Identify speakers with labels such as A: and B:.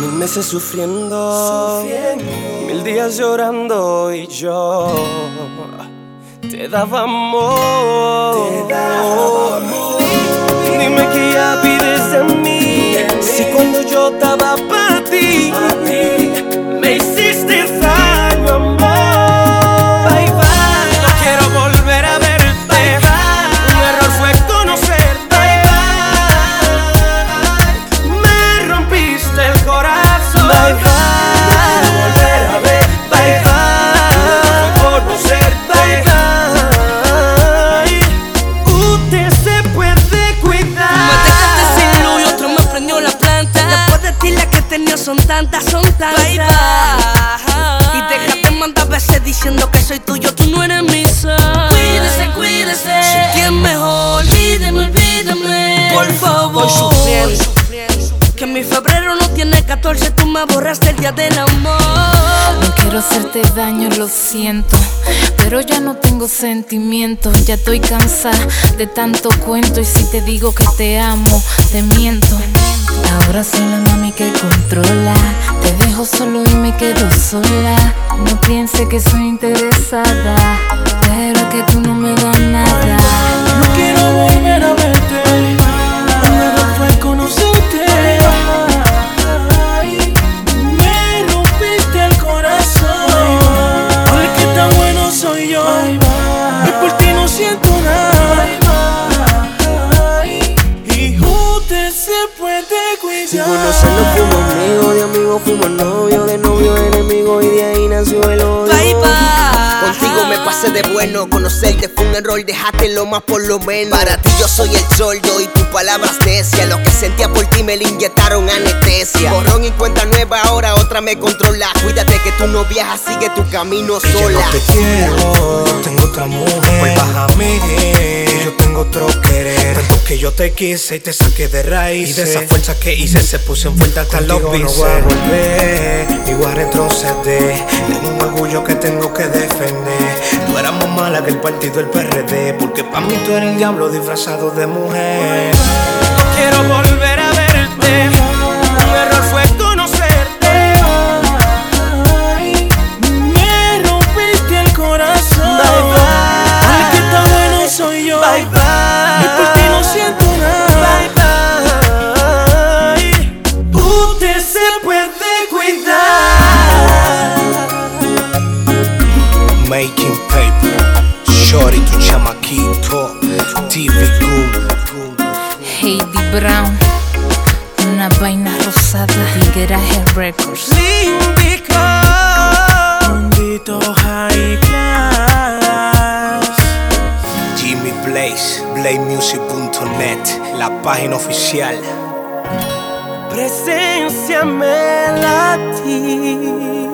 A: Mil meses sufriendo, mil días llorando y yo te daba amor. Dime que ya pides de mí, si cuando yo estaba para ti, me hiciste daño, amor. Bye bye, no quiero volver a verte. Un error fue conocerte. Me rompiste el corazón. Bye bye. volver a ver. Bye bye. Por Bye bye. Usted se puede
B: Me dejaste
A: cuidar.
B: sin luz y otro me prendió Ah. la planta. Después de ti las que tenía son tantas, son tantas. Y déjate mandar veces diciendo que soy tuyo, tú no eres mi sol. Cuídese, cuídese. Si quién mejor, olvídeme, olvídeme. Por favor. Voy sufriendo. Que mi febrero no tiene 14, tú me borraste el día del amor.
C: No quiero hacerte daño, lo siento. Pero ya no tengo sentimientos. Ya estoy cansada de tanto cuento. Y si te digo que te amo, te miento. Ahora soy la mami que controla. Te dejo solo y me quedo sola. No piense que soy interesada. Pero es que tú no me das nada.
A: No quiero volver a verte. Un error fue conocerte. Me rompiste el corazón. Porque tan bueno soy yo. Y por ti no siento nada. Y usted se puede cuidar.
D: Si conocerlo fuimos amigos, de amigos fuimos novios, de novio enemigo y de ahí nació el odio.
B: Bye bye.
E: Contigo me pasé de bueno, conocerte fue un error, dejaste lo más por lo menos. Para ti yo soy el soldo y tus palabras necia. Lo que sentía por ti me le inyectaron anestesia. Borrón y cuenta nueva, ahora otra me controla. Cuídate que tú no viajas, sigue tu camino
F: Que yo no
E: sola.
F: te quiero, yo tengo otra mujer. Vuelvas a mí, que yo tengo otro querer. Tanto que yo te quise y te saqué de raíz. Y de esa fuerza que hice se puso en vuelta hasta los
D: Contigo no
F: bíceps.
D: voy a
F: volver, igual retroceder. Tengo un orgullo que tengo que defender. Tú eras más mala que el partido del PRD. Porque para mí tú eres el diablo disfrazado de mujer.
A: Quiero volver a verte. Un error fue conocerte. Me rompiste el corazón. Bye bye. El que tan bueno soy yo. Bye bye. Y por ti no siento nada. Bye bye. Usted se puede cuidar.
F: Making paper, shorty tu chamaquito, TV Goon.
C: Heidi Brown. Una vaina rosada. Tigueraje Records.
A: Limbico.
D: Mundito high class.
F: Jimmy Blaze, blazemusic.net, la página oficial.
A: Presencia me latí.